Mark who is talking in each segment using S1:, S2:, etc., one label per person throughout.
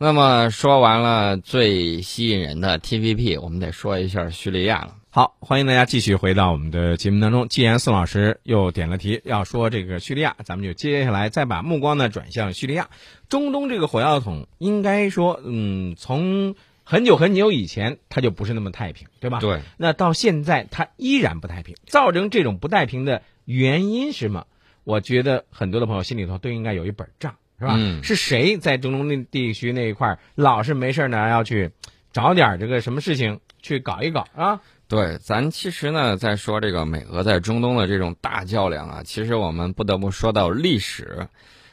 S1: 那么说完了最吸引人的 TVP，我们得说一下叙利亚了。
S2: 好，欢迎大家继续回到我们的节目当中。既然宋老师又点了题，要说这个叙利亚，咱们就接下来再把目光呢转向叙利亚。中东这个火药桶，应该说，嗯，从很久很久以前，它就不是那么太平，啊对吧？。
S1: 对，
S2: 那到现在，它依然不太平。造成这种不太平的原因是什么？我觉得很多的朋友心里头都应该有一本账，是吧？
S1: 嗯
S2: 是谁在中东那地区那一块儿老是没事儿呢，要去找点儿这个什么事情去搞一搞啊？
S1: 对，咱其实呢，在说这个美俄在中东的这种大较量啊，其实我们不得不说到历史。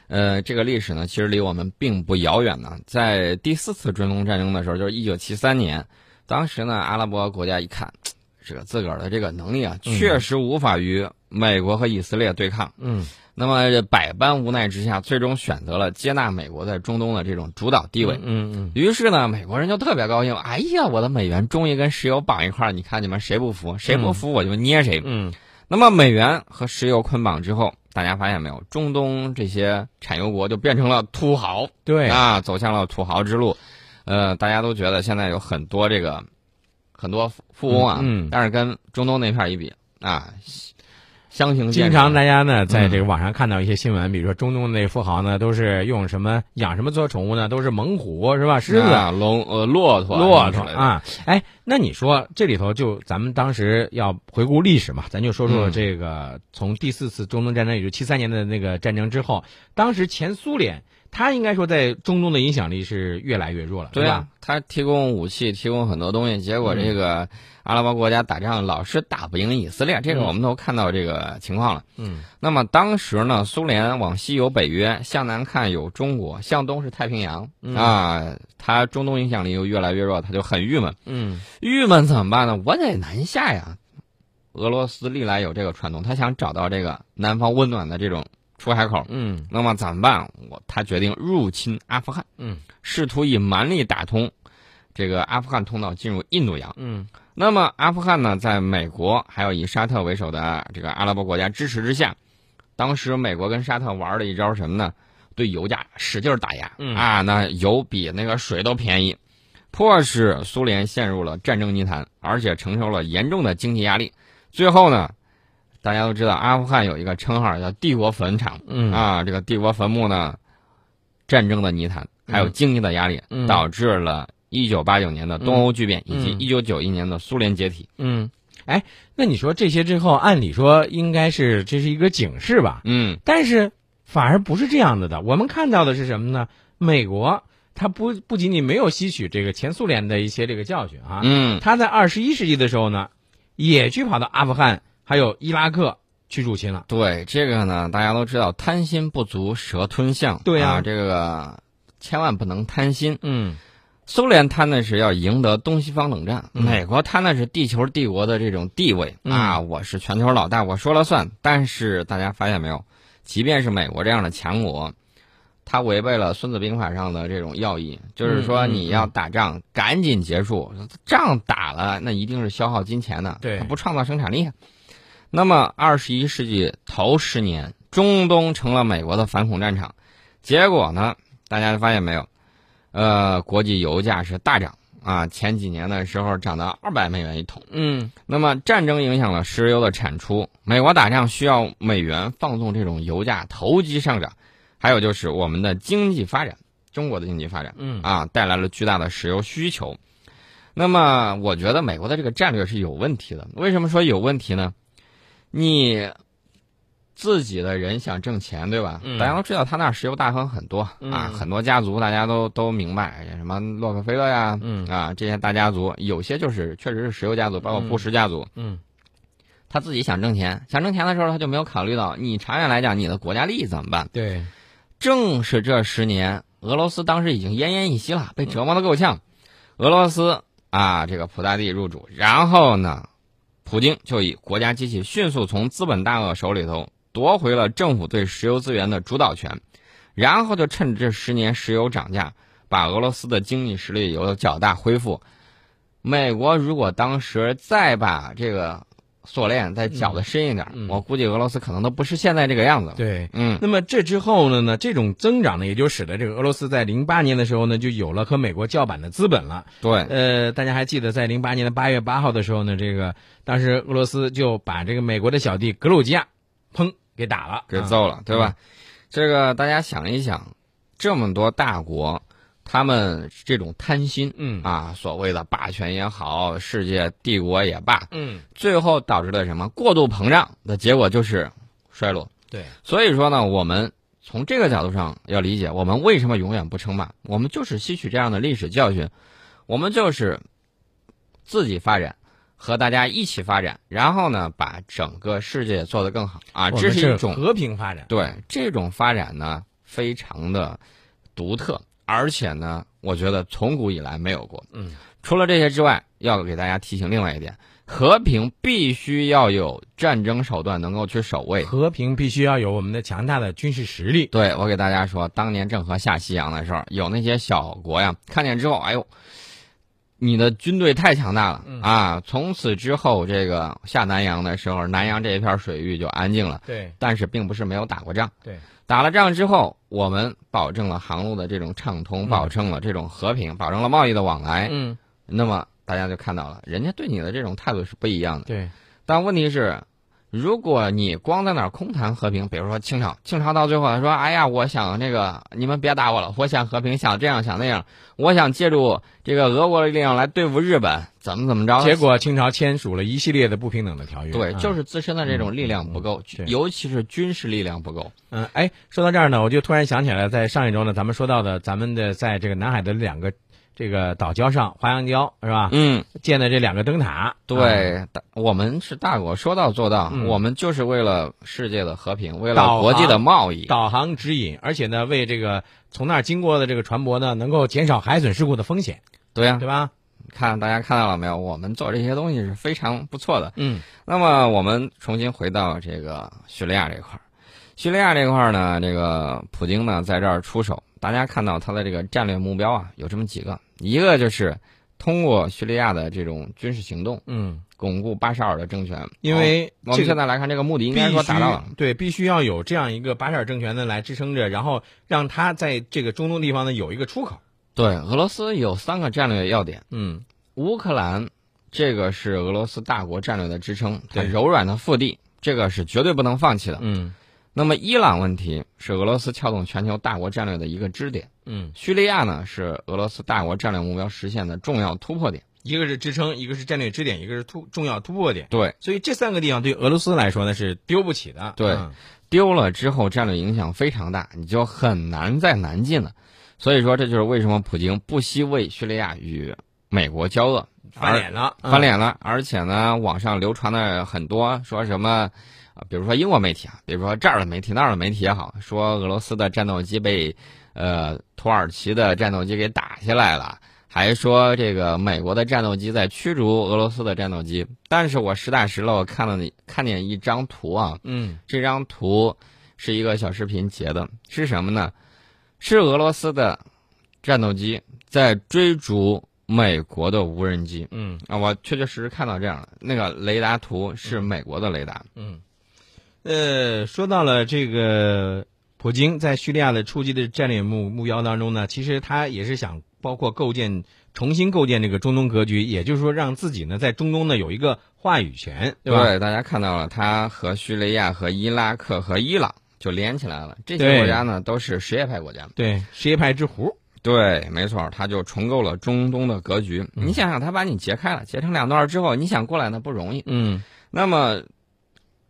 S1: 呃，这个历史呢，其实离我们并不遥远呢。在第四次中东战争的时候，就是一九七三年，当时呢，阿拉伯国家一看，这个自个儿的这个能力啊，确实无法与美国和以色列对抗。
S2: 嗯，
S1: 那么这百般无奈之下，最终选择了接纳美国在中东的这种主导地位。
S2: 嗯嗯
S1: 于是呢，美国人就特别高兴，哎呀，我的美元终于跟石油绑一块儿，你看你们谁不服，谁不服我就捏谁。
S2: 嗯
S1: 那么美元和石油捆绑之后，大家发现没有，中东这些产油国就变成了土豪，
S2: 对
S1: 啊，走向了土豪之路。呃，大家都觉得现在有很多这个很多富富翁啊，
S2: 嗯嗯
S1: 但是跟中东那片儿一比啊，相形见
S2: 经
S1: 绌。
S2: 常大家
S1: 嗯
S2: 呢在这个网上看到一些新闻，比如说中东那富豪呢，都是用什么养什么做宠物呢？都是猛虎是吧？狮子、
S1: 啊、龙、呃骆驼、
S2: 骆
S1: 之
S2: 驼
S1: 类的，
S2: 啊。哎，那你说这里头就咱们当时要回顾历史嘛，咱就说说
S1: 嗯
S2: 这个、从第四次中东战争，也就是七三年的那个战争之后，当时前苏联它应该说在中东的影响力是越来越弱了，
S1: 对
S2: 吧嗯
S1: 啊？，他提供武器，提供很多东西，结果这个阿拉伯国家打仗老是打不赢以色列，这个
S2: 嗯
S1: 我们都看到这个情况了。
S2: 嗯
S1: 那么当时呢，苏联往西有北约，向南看有中国，向东是太平洋、
S2: 嗯
S1: 啊，他中东影响力又越来越弱，他就很郁闷。
S2: 嗯
S1: 郁闷怎么办呢？我得南下呀。俄罗斯历来有这个传统，他想找到这个南方温暖的这种出海口。
S2: 嗯
S1: 那么怎么办？我他决定入侵阿富汗，
S2: 嗯，
S1: 试图以蛮力打通这个阿富汗通道进入印度洋。
S2: 嗯
S1: 那么阿富汗呢，在美国还有以沙特为首的这个阿拉伯国家支持之下，当时美国跟沙特玩了一招什么呢？对油价使劲儿打压、
S2: 嗯
S1: 啊，那油比那个水都便宜，迫使苏联陷入了战争泥潭，而且承受了严重的经济压力。最后呢，大家都知道阿富汗有一个称号叫“帝国坟场”。
S2: 嗯
S1: 啊，这个帝国坟墓呢，战争的泥潭，还有经济的压力，
S2: 嗯
S1: 导致了1989年的东欧巨变、
S2: 嗯
S1: 以及1991年的苏联解体。
S2: 嗯。哎，那你说这些之后，按理说应该是这是一个警示吧？
S1: 嗯，
S2: 但是反而不是这样子的。我们看到的是什么呢？美国它不不仅仅没有吸取这个前苏联的一些这个教训啊，
S1: 嗯，
S2: 它在二十一世纪的时候呢，也去跑到阿富汗还有伊拉克去入侵了。
S1: 对这个呢，大家都知道，贪心不足蛇吞象。
S2: 对呀
S1: 啊，这个千万不能贪心。
S2: 嗯
S1: 苏联贪的是要赢得东西方冷战，
S2: 嗯
S1: 美国贪的是地球帝国的这种地位、
S2: 嗯
S1: 啊，我是全球老大，我说了算。但是大家发现没有，即便是美国这样的强国，它违背了《孙子兵法》上的这种要义，就是说
S2: 嗯嗯
S1: 你要打仗、赶紧结束，仗打了那一定是消耗金钱的，
S2: 对
S1: 它不创造生产力。那么，二十一世纪头十年，中东成了美国的反恐战场，结果呢，大家发现没有？呃，国际油价是大涨啊，前几年的时候涨到二百美元一桶。
S2: 嗯
S1: 那么战争影响了石油的产出，美国打仗需要美元放纵这种油价投机上涨，还有就是我们的经济发展，中国的经济发展
S2: 嗯
S1: 啊，带来了巨大的石油需求。那么我觉得美国的这个战略是有问题的。为什么说有问题呢？你自己的人想挣钱，对吧？
S2: 嗯
S1: 大家都知道他那儿石油大亨很多、啊
S2: 嗯，
S1: 很多家族大家都都明白，什么洛克菲勒呀，
S2: 嗯
S1: 啊这些大家族，有些就是确实是石油家族，包括布什家族，
S2: 嗯
S1: 他自己想挣钱，想挣钱的时候他就没有考虑到你长远来讲你的国家利益怎么办。
S2: 对
S1: 正是这十年，俄罗斯当时已经奄奄一息了，被折磨得够呛。俄罗斯啊，这个普大帝入主，然后呢，普京就以国家机器迅速从资本大鳄手里头夺回了政府对石油资源的主导权，然后就趁着这十年石油涨价，把俄罗斯的经济实力有了较大恢复。美国如果当时再把这个锁链再绞得深一点，
S2: 嗯嗯
S1: 我估计俄罗斯可能都不是现在这个样子了。
S2: 对。
S1: 嗯，
S2: 那么这之后呢呢，这种增长呢，也就使得这个俄罗斯在零八年的时候呢，就有了和美国叫板的资本了。
S1: 对，
S2: 呃，大家还记得在零八年的八月八号的时候呢，这个当时俄罗斯就把这个美国的小弟格鲁吉亚，砰给打了，
S1: 给
S2: 啊
S1: 揍了，对吧？这个大家想一想，这么多大国，他们这种贪心
S2: 嗯
S1: 啊，所谓的霸权也好，世界帝国也罢，
S2: 嗯，
S1: 最后导致了什么？过度膨胀的结果就是衰落。
S2: 对，
S1: 所以说呢，我们从这个角度上要理解，我们为什么永远不称霸，我们就是吸取这样的历史教训，我们就是自己发展。和大家一起发展，然后呢，把整个世界做得更好啊！
S2: 我
S1: 这
S2: 们
S1: 是一种
S2: 和平发展。
S1: 对这种发展呢，非常的独特，而且呢，我觉得从古以来没有过。
S2: 嗯，
S1: 除了这些之外，要给大家提醒另外一点：和平必须要有战争手段能够去守卫。
S2: 和平必须要有我们的强大的军事实力。
S1: 对我给大家说，当年郑和下西洋的时候，有那些小国呀，看见之后，哎呦。你的军队太强大了、啊！从此之后，这个下南洋的时候，南洋这一片水域就安静了，
S2: 对
S1: 但是并不是没有打过仗。
S2: 对，
S1: 打了仗之后，我们保证了航路的这种畅通，保证了这种和平，保证了贸易的往来。
S2: 嗯，
S1: 那么大家就看到了，人家对你的这种态度是不一样的。
S2: 对，
S1: 但问题是，如果你光在那儿空谈和平，比如说清朝，清朝到最后他说：“哎呀，我想那个你们别打我了，我想和平，想这样想那样，我想借助这个俄国的力量来对付日本，怎么怎么着。”
S2: 结果清朝签署了一系列的不平等的条约。
S1: 对，
S2: 啊
S1: 就是自身的这种力量不够，
S2: 嗯对
S1: 尤其是军事力量不够。
S2: 嗯，哎，说到这儿呢，我就突然想起来，在上一周呢，咱们说到的，咱们的在这个南海的两个这个岛礁上，华阳礁是吧？
S1: 嗯，
S2: 建的这两个灯塔。啊，
S1: 对，大我们是大国，说到做到。
S2: 嗯
S1: 我们就是为了世界的和平，为
S2: 导
S1: 了国际的
S2: 航
S1: 贸易。
S2: 导航指引，而且呢，为这个从那儿经过的这个船舶呢，能够减少海损事故的风险，
S1: 对呀、
S2: 对吧？
S1: 看大家看到了没有？我们做这些东西是非常不错的。
S2: 嗯
S1: 那么我们重新回到这个叙利亚这块儿，叙利亚这块儿呢，这个普京呢在这儿出手，大家看到他的这个战略目标啊，有这么几个，一个就是通过叙利亚的这种军事行动
S2: 嗯，
S1: 巩固巴沙尔的政权，哦
S2: 因为
S1: 我我们
S2: 这个
S1: 现在来看，这个目的应
S2: 必
S1: 该说
S2: 须
S1: 达到了。
S2: 对，必须要有这样一个巴沙尔政权呢来支撑着，然后让他在这个中东地方呢有一个出口。
S1: 对，俄罗斯有三个战略要点。
S2: 嗯，
S1: 乌克兰这个是俄罗斯大国战略的支撑，它
S2: 对
S1: 柔软的腹地，这个是绝对不能放弃的。
S2: 嗯
S1: 那么伊朗问题是俄罗斯撬动全球大国战略的一个支点，
S2: 嗯，
S1: 叙利亚呢是俄罗斯大国战略目标实现的重要突破点。
S2: 一个是支撑，一个是战略支点，一个是突重要突破点。
S1: 对，
S2: 所以这三个地方对俄罗斯来说呢是丢不起的。
S1: 对
S2: 嗯
S1: 丢了之后战略影响非常大，你就很难再南进了。所以说，这就是为什么普京不惜为叙利亚与美国交恶，
S2: 翻脸了，
S1: 翻
S2: 嗯。
S1: 脸了，而且呢，网上流传的很多说什么，啊比如说英国媒体啊，比如说这儿的媒体那儿的媒体也好，说俄罗斯的战斗机被，呃，土耳其的战斗机给打下来了，还说这个美国的战斗机在驱逐俄罗斯的战斗机。但是我实打实了，我看了你看见一张图啊，
S2: 嗯，
S1: 这张图是一个小视频截的，是什么呢？是俄罗斯的战斗机在追逐美国的无人机。
S2: 嗯
S1: 啊，我确确实实看到这样的那个雷达图是美国的雷达，
S2: 嗯呃，说到了这个普京在叙利亚的初级的战略目目标当中呢，其实他也是想包括构建重新构建这个中东格局，也就是说让自己呢在中东呢有一个话语权，对吧？
S1: 大家看到了，它和叙利亚、和伊拉克、和伊朗就连起来了。这些
S2: 对
S1: 国家呢都是什叶派国家。
S2: 对，什叶派之狐。
S1: 对，没错，它就重构了中东的格局。
S2: 嗯
S1: 你想想，它把你截开了，截成两段之后，你想过来呢不容易。
S2: 嗯
S1: 那么，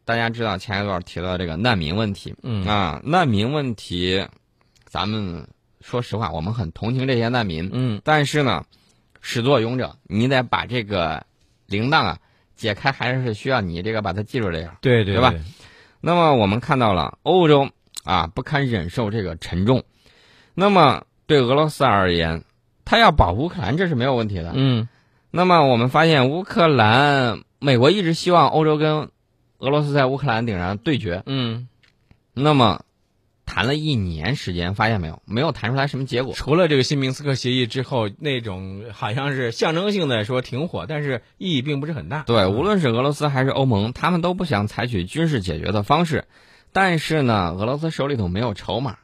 S1: 大家知道前一段提到这个难民问题，
S2: 嗯
S1: 啊，难民问题，咱们说实话，我们很同情这些难民，
S2: 嗯，
S1: 但是呢，始作俑者，你得把这个铃铛啊解开，还是需要你这个把它记住这样。
S2: 对对
S1: 对吧？那么我们看到了欧洲啊不堪忍受这个沉重，那么对俄罗斯而言，他要保乌克兰这是没有问题的。
S2: 嗯
S1: 那么我们发现乌克兰，美国一直希望欧洲跟俄罗斯在乌克兰顶上对决，
S2: 嗯
S1: 那么谈了一年时间，发现没有，没有谈出来什么结果。
S2: 除了这个新明斯克协议之后，那种好像是象征性的说停火，但是意义并不是很大。嗯
S1: 对，无论是俄罗斯还是欧盟，他们都不想采取军事解决的方式，但是呢，俄罗斯手里头没有筹码。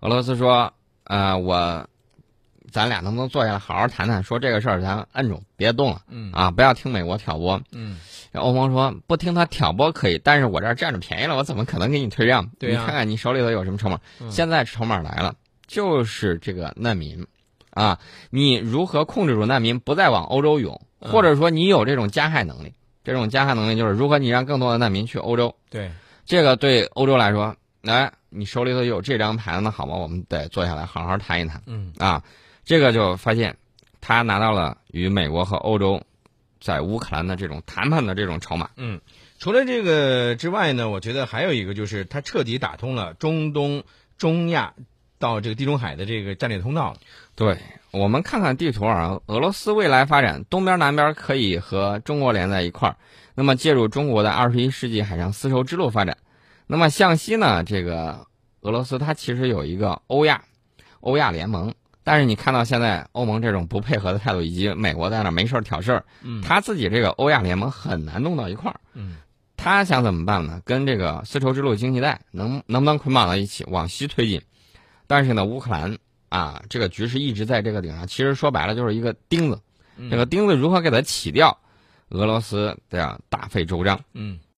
S1: 俄罗斯说，呃，我，咱俩能不能坐下来好好谈谈？说这个事儿咱摁住，别动了
S2: 嗯
S1: 啊，不要听美国挑拨。
S2: 嗯，
S1: 欧盟说不听他挑拨可以，但是我这儿占着便宜了，我怎么可能给你退让？
S2: 对
S1: 你
S2: 呀
S1: 看看你手里头有什么筹码？
S2: 嗯
S1: 现在筹码来了，就是这个难民，啊，你如何控制住难民不再往欧洲涌，
S2: 嗯
S1: 或者说你有这种加害能力？这种加害能力就是如何你让更多的难民去欧洲？
S2: 对，
S1: 这个对欧洲来说，哎，你手里头有这张牌，那好吗？我们得坐下来好好谈一谈。
S2: 嗯
S1: 啊，这个就发现他拿到了与美国和欧洲在乌克兰的这种谈判的这种筹码。
S2: 嗯。除了这个之外呢，我觉得还有一个就是它彻底打通了中东、中亚到这个地中海的这个战略通道了。
S1: 对，我们看看地图啊，俄罗斯未来发展，东边南边可以和中国连在一块儿，那么介入中国的二十一世纪海上丝绸之路发展。那么向西呢，这个俄罗斯它其实有一个欧亚，欧亚联盟。但是你看到现在欧盟这种不配合的态度，以及美国在那没事儿挑事儿，
S2: 嗯
S1: 他自己这个欧亚联盟很难弄到一块儿。
S2: 嗯
S1: 他想怎么办呢？跟这个丝绸之路经济带能能不能捆绑到一起往西推进？但是呢，乌克兰啊，这个局势一直在这个顶上，其实说白了就是一个钉子。
S2: 嗯
S1: 啊这个钉子如何给它起掉？俄罗斯得要大费周章。
S2: 嗯。